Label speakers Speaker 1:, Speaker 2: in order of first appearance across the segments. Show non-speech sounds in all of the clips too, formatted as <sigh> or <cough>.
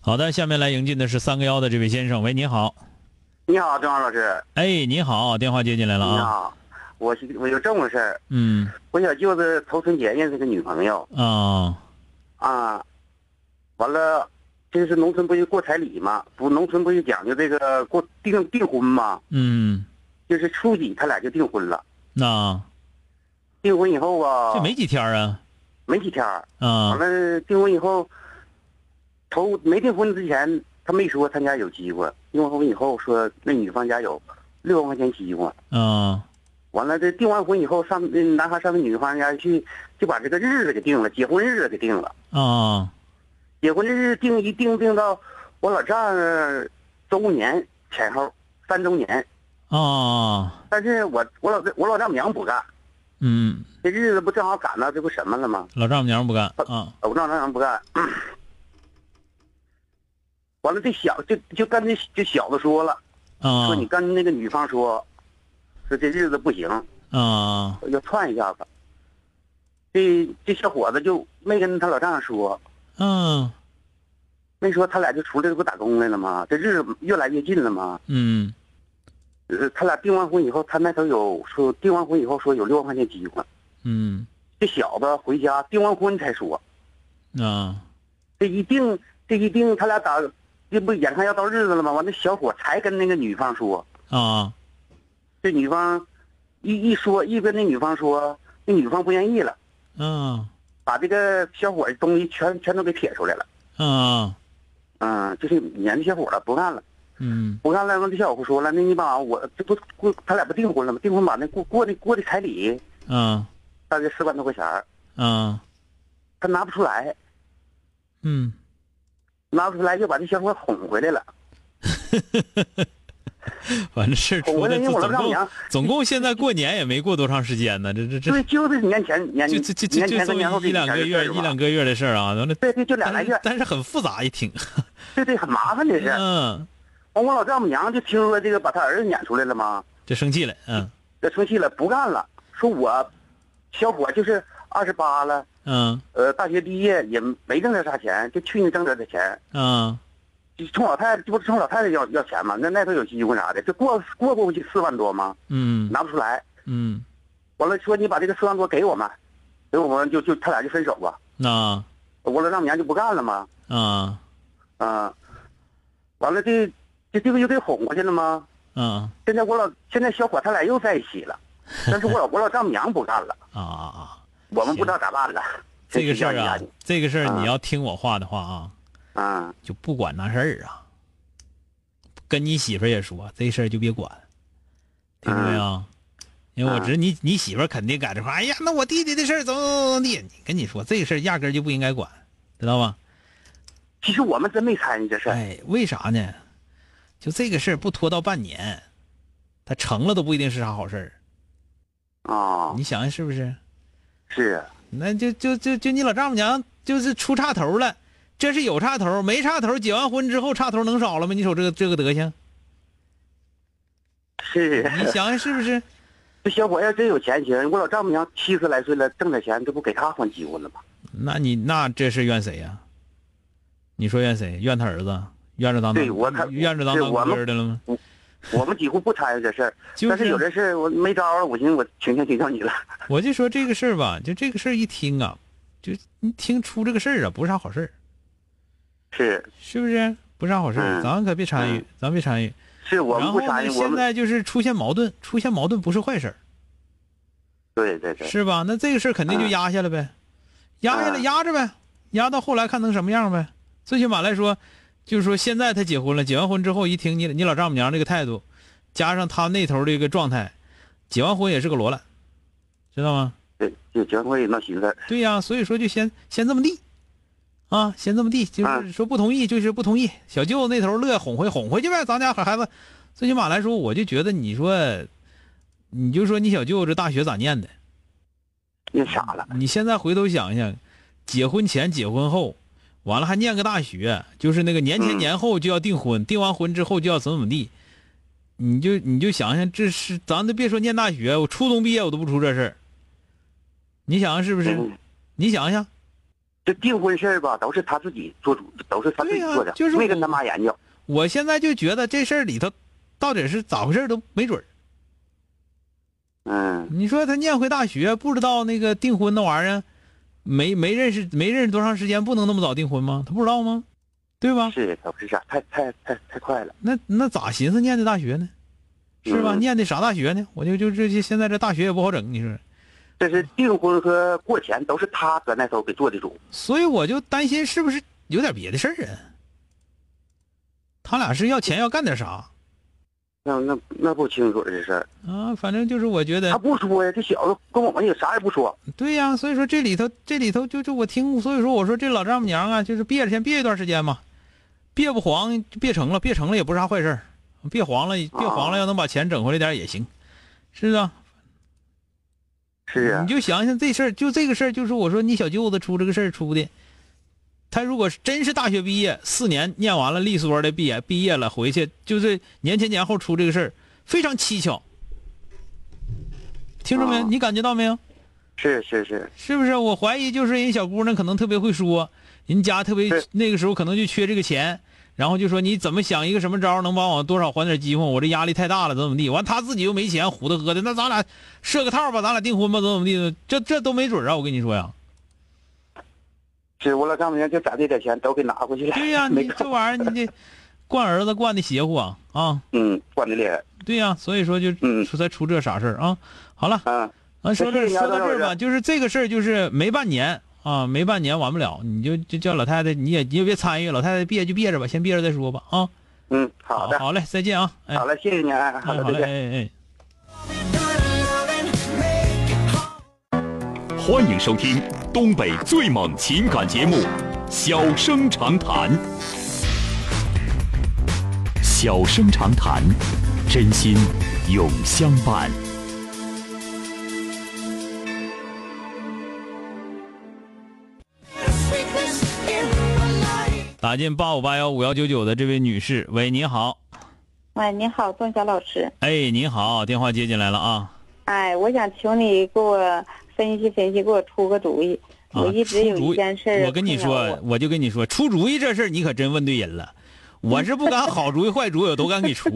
Speaker 1: 好的，下面来迎进的是三个幺的这位先生。喂，你好。
Speaker 2: 你好，郑华老师。
Speaker 1: 哎，你好，电话接进来了
Speaker 2: 你
Speaker 1: 啊。
Speaker 2: 好，我是我有这么个事儿，
Speaker 1: 嗯
Speaker 2: 我小舅子头春节认识个女朋友
Speaker 1: 啊
Speaker 2: 啊，完了，这是农村不是过彩礼吗？不，农村不是讲究这个过订订婚吗？
Speaker 1: 嗯，
Speaker 2: 就是初几他俩就订婚了。
Speaker 1: 那
Speaker 2: 订婚以后吧，
Speaker 1: 这没几天啊
Speaker 2: 没几天儿，完
Speaker 1: 啊
Speaker 2: 了订婚以后，头没订婚之前他没说他家有西瓜，订婚以后说那女方家有六万块钱西瓜。
Speaker 1: 啊
Speaker 2: 完了，这订完婚以后，上那男孩上那女方家去，就把这个日子给定了，结婚日子给定了。
Speaker 1: 啊
Speaker 2: 结婚日子定一定定到我老丈人周年前后三周年，
Speaker 1: 啊，
Speaker 2: 但是我我老我老丈母娘不干，
Speaker 1: 嗯。
Speaker 2: 这日子不正好赶到这不什么了吗？
Speaker 1: 老丈母娘不干啊，
Speaker 2: 我老丈人不干。 <coughs> 完了，这小就就跟这这小子说了，
Speaker 1: 啊
Speaker 2: 说你跟那个女方说，说这日子不行，
Speaker 1: 啊
Speaker 2: 要串一下子。这这小伙子就没跟他老丈人说，
Speaker 1: 嗯
Speaker 2: 没说他俩就出来这不打工来了吗？这日子越来越近了吗？
Speaker 1: 嗯
Speaker 2: 呃他俩订完婚以后，他那头有说订完婚以后说有六万块钱机会。
Speaker 1: 嗯
Speaker 2: 这小子回家订完婚才说，
Speaker 1: 啊
Speaker 2: 这一定这一定他俩打，这不眼看要到日子了吗？完，那小伙才跟那个女方说，
Speaker 1: 啊
Speaker 2: 这女方一一说一跟那女方说，那女方不愿意了，
Speaker 1: 啊
Speaker 2: 把这个小伙的东西全全都给撇出来了。
Speaker 1: 啊
Speaker 2: 嗯，就是撵这小伙了，不干了，
Speaker 1: 嗯
Speaker 2: 不干了。完，这小伙说了，那你把我这不过他俩不订婚了吗？订婚把那过过的过的彩礼
Speaker 1: 啊
Speaker 2: 大概四万多块钱儿
Speaker 1: 啊
Speaker 2: 他拿不出来，
Speaker 1: 嗯
Speaker 2: 拿不出来就把这小伙哄回来了，
Speaker 1: <laughs> 完这事儿
Speaker 2: 哄
Speaker 1: 出
Speaker 2: 回来
Speaker 1: 的
Speaker 2: 因为我啊
Speaker 1: 总
Speaker 2: 老丈母
Speaker 1: 共
Speaker 2: 娘
Speaker 1: 总共现在过年也没过多长时间呢，这这这
Speaker 2: 对，就是年前年
Speaker 1: 就就就
Speaker 2: 年
Speaker 1: 就
Speaker 2: 前
Speaker 1: 这
Speaker 2: 和年后
Speaker 1: 么
Speaker 2: 这
Speaker 1: 一两个月一两
Speaker 2: 个，
Speaker 1: 个月的事儿啊，完了
Speaker 2: 对对，就两来
Speaker 1: 但
Speaker 2: 月
Speaker 1: 是，但是很复杂一听，
Speaker 2: 对对，很麻烦这是。
Speaker 1: 嗯，
Speaker 2: 完我老丈母娘就听说这个把他儿子撵出来了吗？
Speaker 1: 这生气了，嗯
Speaker 2: 这生气了，不干了，说我小伙就是二十八了，
Speaker 1: 嗯
Speaker 2: 呃，大学毕业也没挣着啥钱，就去年挣着的钱。
Speaker 1: 啊
Speaker 2: 就冲老太太，这不是冲老太太要要钱吗？那那头有机会啥的，这过过过去四万多吗？
Speaker 1: 嗯
Speaker 2: 拿不出来。
Speaker 1: 嗯
Speaker 2: 完了说你把这个四万多给我们，给我们就就他俩就分手吧。
Speaker 1: 那
Speaker 2: 我老丈母娘就不干了嘛，
Speaker 1: 啊
Speaker 2: 啊、完了这这这不又给哄过去了吗？
Speaker 1: 啊
Speaker 2: 现在我老现在小伙他俩又在一起了，但是我老我老丈母娘不干
Speaker 1: <laughs>
Speaker 2: 了，
Speaker 1: 啊啊！
Speaker 2: 我们不知道咋办了。
Speaker 1: 这个事儿啊
Speaker 2: 这是，
Speaker 1: 这个事儿
Speaker 2: 啊
Speaker 1: 你要听我话的话啊，
Speaker 2: 要压力，
Speaker 1: 就不管那事儿啊，跟你媳妇儿也说这事儿就别管，听着没
Speaker 2: 嗯
Speaker 1: 有？因为
Speaker 2: 啊
Speaker 1: 我知道你你媳妇儿肯定在这块儿，哎呀，那我弟弟的事儿怎么怎么怎么地？你跟你说这个事儿压根儿就不应该管，知道吧？
Speaker 2: 嗯，其实我们真没参与这事儿，
Speaker 1: 哎，为啥呢？就这个事儿不拖到半年，他成了都不一定是啥好事儿。
Speaker 2: 啊、
Speaker 1: 你想想是不是？
Speaker 2: 是，啊
Speaker 1: 那就就就就你老丈母娘就是出岔头了，这是有岔头，没岔头，结完婚之后岔头能少了吗？你瞅这个这个德行，
Speaker 2: 是，
Speaker 1: 你想想是不是？ <laughs>
Speaker 2: 这小伙要真有钱行，我老丈母娘七十来岁了，挣点钱，这不给他还机会
Speaker 3: <laughs>
Speaker 2: 了吗？
Speaker 1: 那你那这是怨谁呀、你说怨谁？怨他儿子？怨着当
Speaker 2: 对我看
Speaker 1: 怨着当当
Speaker 2: 对我
Speaker 1: 官
Speaker 2: 们
Speaker 1: 儿的了吗？
Speaker 2: 我们几乎不参与这事儿，
Speaker 1: 就
Speaker 2: 但是有这事儿我没招儿了，我寻思我请教请教你了。
Speaker 1: 我就说这个事儿吧，就这个事儿一听啊，就你听出这个事儿啊，不是啥好事儿。
Speaker 2: 是
Speaker 3: 是不是？不是啥好事儿，
Speaker 2: 嗯
Speaker 3: 咱们可别参与，咱别参与。
Speaker 2: 是我
Speaker 3: 然
Speaker 2: 们
Speaker 3: 后
Speaker 2: 不参
Speaker 3: 呢，
Speaker 2: 与，我
Speaker 3: 现
Speaker 2: 们
Speaker 3: 在就是出现矛盾，出现矛盾不是坏事儿，
Speaker 2: 对对对，
Speaker 3: 是吧？那这个事儿肯定就
Speaker 2: 嗯
Speaker 3: 压下了呗，压下来
Speaker 2: 嗯
Speaker 3: 压着呗，压到后来看能什么样呗。最起码来说，就是说现在他结婚了，结完婚之后一听你你老丈母娘这个态度，加上他那头这个状态，结完婚也是个罗烂，知道吗？
Speaker 2: 对，就结婚也闹心事儿，
Speaker 3: 对呀、所以说就先先这么地，啊，先这么地，就是
Speaker 2: 嗯
Speaker 3: 说不同意就是不同意。小舅子那头乐哄回哄回去呗，咱家孩子，最起码来说，我就觉得你说，你就说你小舅子大学咋念的？
Speaker 2: 念傻了，
Speaker 3: 你现在回头想想，结婚前结婚后，完了还念个大学，就是那个年前
Speaker 2: 嗯
Speaker 3: 年后就要订婚，订完婚之后就要怎么怎么地，你就你就想想，这是咱都别说念大学，我初中毕业我都不出这事儿，你想想啊是不是？
Speaker 2: 嗯
Speaker 3: 你想想。
Speaker 2: 这订婚事儿吧，都是他自己做主，都是他自己
Speaker 3: 对呀
Speaker 2: 做的，
Speaker 3: 就是
Speaker 2: 没跟
Speaker 3: 我
Speaker 2: 他妈研究，
Speaker 3: 我现在就觉得这事儿里头到底是咋回事儿都没准儿。
Speaker 2: 嗯，
Speaker 3: 你说他念回大学，不知道那个订婚那玩意儿，没没认识没认识多长时间，不能那么早订婚吗？他不知道吗？对吧？
Speaker 2: 是都是啥，太太太太快了，
Speaker 3: 那那咋寻思念的大学呢？是吧？
Speaker 2: 嗯
Speaker 3: 念的啥大学呢？我就就这些，现在这大学也不好整，你说。
Speaker 2: 这是订婚和过钱都是他搁那头给做的主，
Speaker 3: 所以我就担心是不是有点别的事儿啊？他俩是要钱要干点啥
Speaker 2: 那那那不清楚这事儿，
Speaker 3: 啊？反正就是我觉得
Speaker 2: 他不说呀，这小子跟我们也啥也不说，
Speaker 3: 对呀、所以说这里头这里头就就我听，所以说我说这老丈母娘啊，就是憋着先憋一段时间嘛，憋不黄憋成了，憋成了也不是啥坏事儿，憋黄了憋黄了，要能把钱整回来点儿也行，是啊，
Speaker 2: 是啊
Speaker 3: 你，就想想这事儿，就这个事儿，就是我说你小舅子出这个事儿出的，他如果真是大学毕业四年念完了利索的毕业毕业了回去，就是年前年后出这个事儿，非常蹊跷，听着没有？
Speaker 2: 啊
Speaker 3: 你感觉到没有？
Speaker 2: 是是是，
Speaker 3: 是不是？我怀疑就是人小姑娘可能特别会说，人家特别
Speaker 2: 是
Speaker 3: 那个时候可能就缺这个钱，然后就说你怎么想一个什么招儿能帮我多少还点饥荒，我这压力太大了，怎么怎么地。完他自己又没钱，胡的喝的，那咱俩设个套吧，咱俩订婚吧，怎么怎么地的，这这都没准儿啊！我跟你说呀，
Speaker 2: 是我老丈母娘就攒这点钱都给拿回去了，
Speaker 3: 对呀、
Speaker 2: <laughs> 没
Speaker 3: 你这
Speaker 2: 够，
Speaker 3: 玩意儿你这惯儿子惯的邪乎啊啊！
Speaker 2: 嗯，惯的厉害，
Speaker 3: 对呀、所以说就
Speaker 2: 嗯
Speaker 3: 出才出这傻事儿啊。好了，
Speaker 2: 嗯。
Speaker 3: 啊，说这
Speaker 2: 谢谢你
Speaker 3: 说到
Speaker 2: 啊
Speaker 3: 这儿
Speaker 2: 张老
Speaker 3: 吧，
Speaker 2: 师
Speaker 3: 就是这个事儿，就是没半年啊，没半年完不了，你就就叫老太太，你也你也别参与，老太太憋就憋着吧，先憋着再说吧啊。
Speaker 2: 嗯，好的，
Speaker 3: 好嘞，再见啊，哎，
Speaker 2: 好嘞，谢谢你啊，好
Speaker 3: 哎
Speaker 2: 的，
Speaker 3: 好嘞，
Speaker 2: 再见。
Speaker 3: 哎哎。
Speaker 1: 欢迎收听东北最猛情感节目《小生长谈》。小生长谈，真心永相伴。
Speaker 3: 打进八五八幺五幺九九的这位女士，喂，你好，
Speaker 4: 哎，你好，宋晓老师。
Speaker 3: 哎，你好，电话接进来了啊，
Speaker 4: 哎，我想请你给我分析分析，给我出个主意。
Speaker 3: 啊
Speaker 4: 我一直有
Speaker 3: 出主
Speaker 4: 一
Speaker 3: 意
Speaker 4: 件事儿困扰，
Speaker 3: 我跟你说，我就跟你说，出主意这事儿你可真问对人了。我是不敢好主意坏主意我都敢给
Speaker 4: <laughs>
Speaker 3: 出，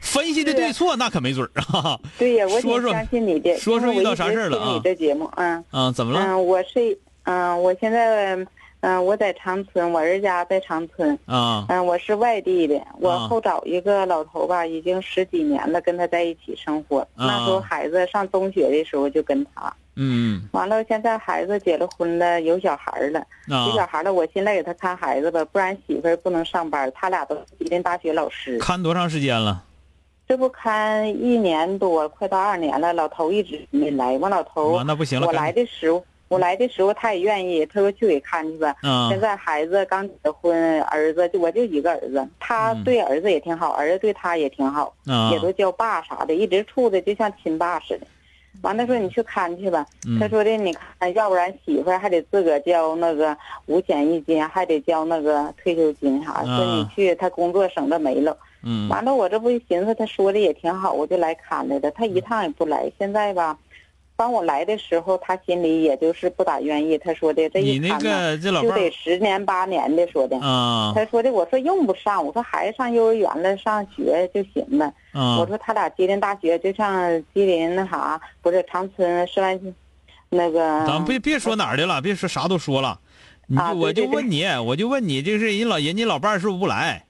Speaker 3: 分析的对错那可没准儿啊。
Speaker 4: 对呀，
Speaker 3: 说
Speaker 4: 我挺
Speaker 3: 说
Speaker 4: 相信你的，
Speaker 3: 说说
Speaker 4: 因为我
Speaker 3: 遇到
Speaker 4: 一
Speaker 3: 啥
Speaker 4: 直
Speaker 3: 事儿了
Speaker 4: 听
Speaker 3: 啊
Speaker 4: 你的节目，嗯
Speaker 3: 啊，怎么了？
Speaker 4: 嗯，我是嗯，我现在嗯我在长春，我儿家在长春，
Speaker 3: 啊
Speaker 4: 嗯，我是外地的，我
Speaker 3: 啊
Speaker 4: 后找一个老头吧，已经十几年了，跟他在一起生活。那时候
Speaker 3: 啊
Speaker 4: 孩子上中学的时候就跟他，
Speaker 3: 嗯
Speaker 4: 完了现在孩子结了婚了，有小孩儿了。有小
Speaker 3: 啊，
Speaker 4: 孩了，我现在给他看孩子吧，不然媳妇儿不能上班。他俩都是吉林大学老师，
Speaker 3: 看多长时间了？
Speaker 4: 这不看一年多，快到二年了，老头一直没来。我老头，
Speaker 3: 啊，那不行了，
Speaker 4: 哦我
Speaker 3: 赶
Speaker 4: 来的时候，我来的时候他也愿意，他说去给看去吧。
Speaker 3: 啊
Speaker 4: 现在孩子刚结婚，儿子就我就一个儿子，他
Speaker 3: 嗯
Speaker 4: 对儿子也挺好，儿子对他也挺好，
Speaker 3: 啊
Speaker 4: 也都叫爸啥的，一直处的就像亲爸似的。完了说你去看去吧，
Speaker 3: 嗯
Speaker 4: 他说的，你看，要不然媳妇儿还得自个儿交那个五险一金，还得交那个退休金啥。
Speaker 3: 啊
Speaker 4: 说你去，他工作省得没了。
Speaker 3: 嗯
Speaker 4: 完了，我这不寻思，他说的也挺好，我就来看来了。他一趟也不来，现在吧，当我来的时候，他心里也就是不咋愿意。他说的这
Speaker 3: 你
Speaker 4: 一
Speaker 3: 那
Speaker 4: 看呢，
Speaker 3: 个这老
Speaker 4: 就
Speaker 3: 伴
Speaker 4: 得
Speaker 3: 儿
Speaker 4: 十年八年的说的。
Speaker 3: 啊
Speaker 4: 他说的，我说用不上，我说孩子上幼儿园了，上学就行了。
Speaker 3: 啊
Speaker 4: 我说他俩吉林大学就上吉林那啥，不是长春师范，那个。
Speaker 3: 咱别别说哪儿的了，别说啥都说了，你
Speaker 4: 啊
Speaker 3: 就我
Speaker 4: 对
Speaker 3: 就
Speaker 4: 对对
Speaker 3: 问你，我就问你，就是人老人家老伴儿是不是不来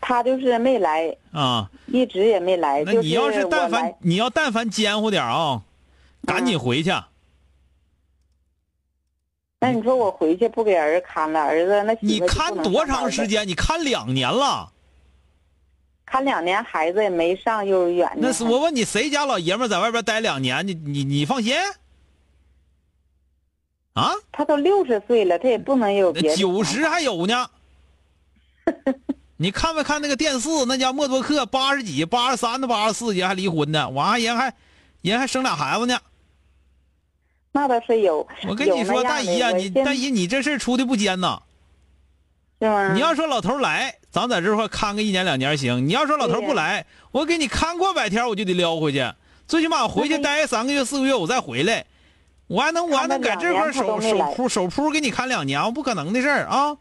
Speaker 4: 他就是没来，
Speaker 3: 啊？
Speaker 4: 一直也没来。
Speaker 3: 那
Speaker 4: 哎就
Speaker 3: 你要
Speaker 4: 是
Speaker 3: 是
Speaker 4: 我
Speaker 3: 但
Speaker 4: 来嗯
Speaker 3: 凡你要但凡奸乎点儿啊，赶紧回去。
Speaker 4: 那你说我回去不给儿子看了，儿子那媳
Speaker 3: 你
Speaker 4: 妇就不
Speaker 3: 看
Speaker 4: 能
Speaker 3: 多
Speaker 4: 上班
Speaker 3: 长时
Speaker 4: 了？
Speaker 3: 间？你看两年了。
Speaker 4: 看两年，孩子也没上幼儿园呢。
Speaker 3: 那是我问你，谁家老爷们儿在外边待两年？你你你放心啊？
Speaker 4: 他都六十岁了，他也不能有别的。
Speaker 3: 呃九十还有
Speaker 4: <laughs>
Speaker 3: 呢。你看没看那个电视？那家默多克八十几、八十三的、八十四人还离婚呢，完还人还人还生俩孩子呢。
Speaker 4: 那倒是有。
Speaker 3: 我跟你说，
Speaker 4: 有那样的
Speaker 3: 大姨呀、
Speaker 4: 我
Speaker 3: 你
Speaker 4: 现
Speaker 3: 大姨你这事儿出的不尖呐。
Speaker 4: 是吗？
Speaker 3: 你要说老头儿来，咱在这块儿看个一年两年行；你要说老头儿不
Speaker 4: 对呀
Speaker 3: 来，我给你看过百天，我就得撩回去。最起码我回去
Speaker 4: 那
Speaker 3: 待三个月、四个月，我再回来，我还能我还能在这块儿
Speaker 4: 看
Speaker 3: 手
Speaker 4: 他两年他都
Speaker 3: 手
Speaker 4: 没来
Speaker 3: 扑手扑给你看两年，不可能的事儿啊！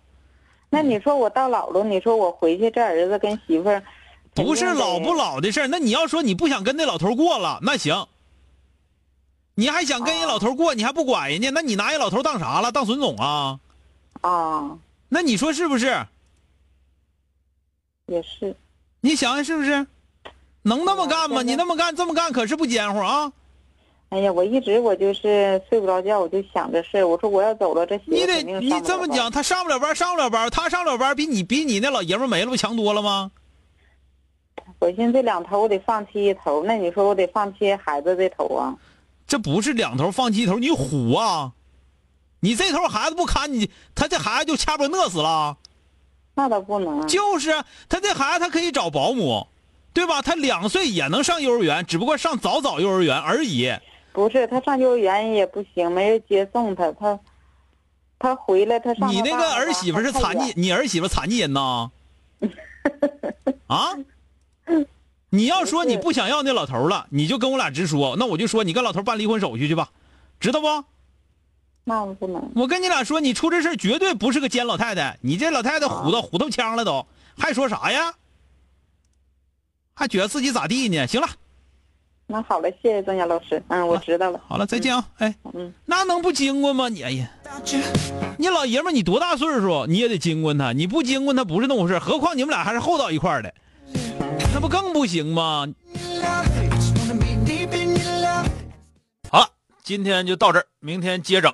Speaker 4: 那你说我到老了，你说我回去，这儿子跟媳妇儿肯定得
Speaker 3: 不是老不老的事儿。那你要说你不想跟那老头儿过了，那行。你还想跟人
Speaker 4: 哦
Speaker 3: 老头儿过，你还不管人家，那你拿人老头儿当啥了？当孙总啊？
Speaker 4: 啊，
Speaker 3: 那你说是不是？
Speaker 4: 也是。
Speaker 3: 你想想是不是？能那么干吗？
Speaker 4: 现在
Speaker 3: 你那么干，这么干可是不奸乎啊！
Speaker 4: 哎呀，我一直我就是睡不着觉，我就想这事儿。我说我要走了，这媳妇
Speaker 3: 你
Speaker 4: 儿
Speaker 3: 得
Speaker 4: 肯定
Speaker 3: 你
Speaker 4: 上不
Speaker 3: 这
Speaker 4: 了
Speaker 3: 么
Speaker 4: 班
Speaker 3: 讲，，他上不了班，上不了班，他上不了班，比你比你那老爷们儿没了不强多了吗？
Speaker 4: 我寻思这两头我得放弃一头，那你说我得放弃孩子这头啊？
Speaker 3: 这不是两头放弃一头，你虎啊！你这头孩子不看你，他这孩子就掐脖饿死了。
Speaker 4: 那倒不能。
Speaker 3: 就是啊他这孩子，他可以找保姆，对吧？他两岁也能上幼儿园，只不过上早早幼儿园而已。
Speaker 4: 不是他上幼儿园也不行，没人接送他，他他回来他上
Speaker 3: 你
Speaker 4: 他
Speaker 3: 那
Speaker 4: 爸
Speaker 3: 个
Speaker 4: 爸
Speaker 3: 儿媳妇
Speaker 4: 还
Speaker 3: 是
Speaker 4: 太
Speaker 3: 残疾
Speaker 4: 远，，
Speaker 3: 你儿媳妇残疾人
Speaker 4: <laughs>
Speaker 3: 呐？啊？你要说你不想要那老头了，你就跟我俩直说，那我就说你跟老头办离婚手续去吧，知道不？
Speaker 4: 那不能。
Speaker 3: 我跟你俩说，你出这事儿绝对不是个奸老太太，你这老太太虎
Speaker 4: 啊
Speaker 3: 到虎头腔了都，还说啥呀？还觉得自己咋地呢？行了，
Speaker 4: 那好了，谢谢曾霞老师，嗯，我知道了。
Speaker 3: 好了，再见啊！哎，
Speaker 4: 嗯，
Speaker 3: 那能不经过吗？你哎呀，你老爷们儿你多大岁数，啊你也得经过他，你不经过他不是那么回事儿何况你们俩还是厚到一块儿的，那不更不行吗？
Speaker 5: They just wanna be deep in your love.
Speaker 3: 好了，今天就到这儿，明天接整。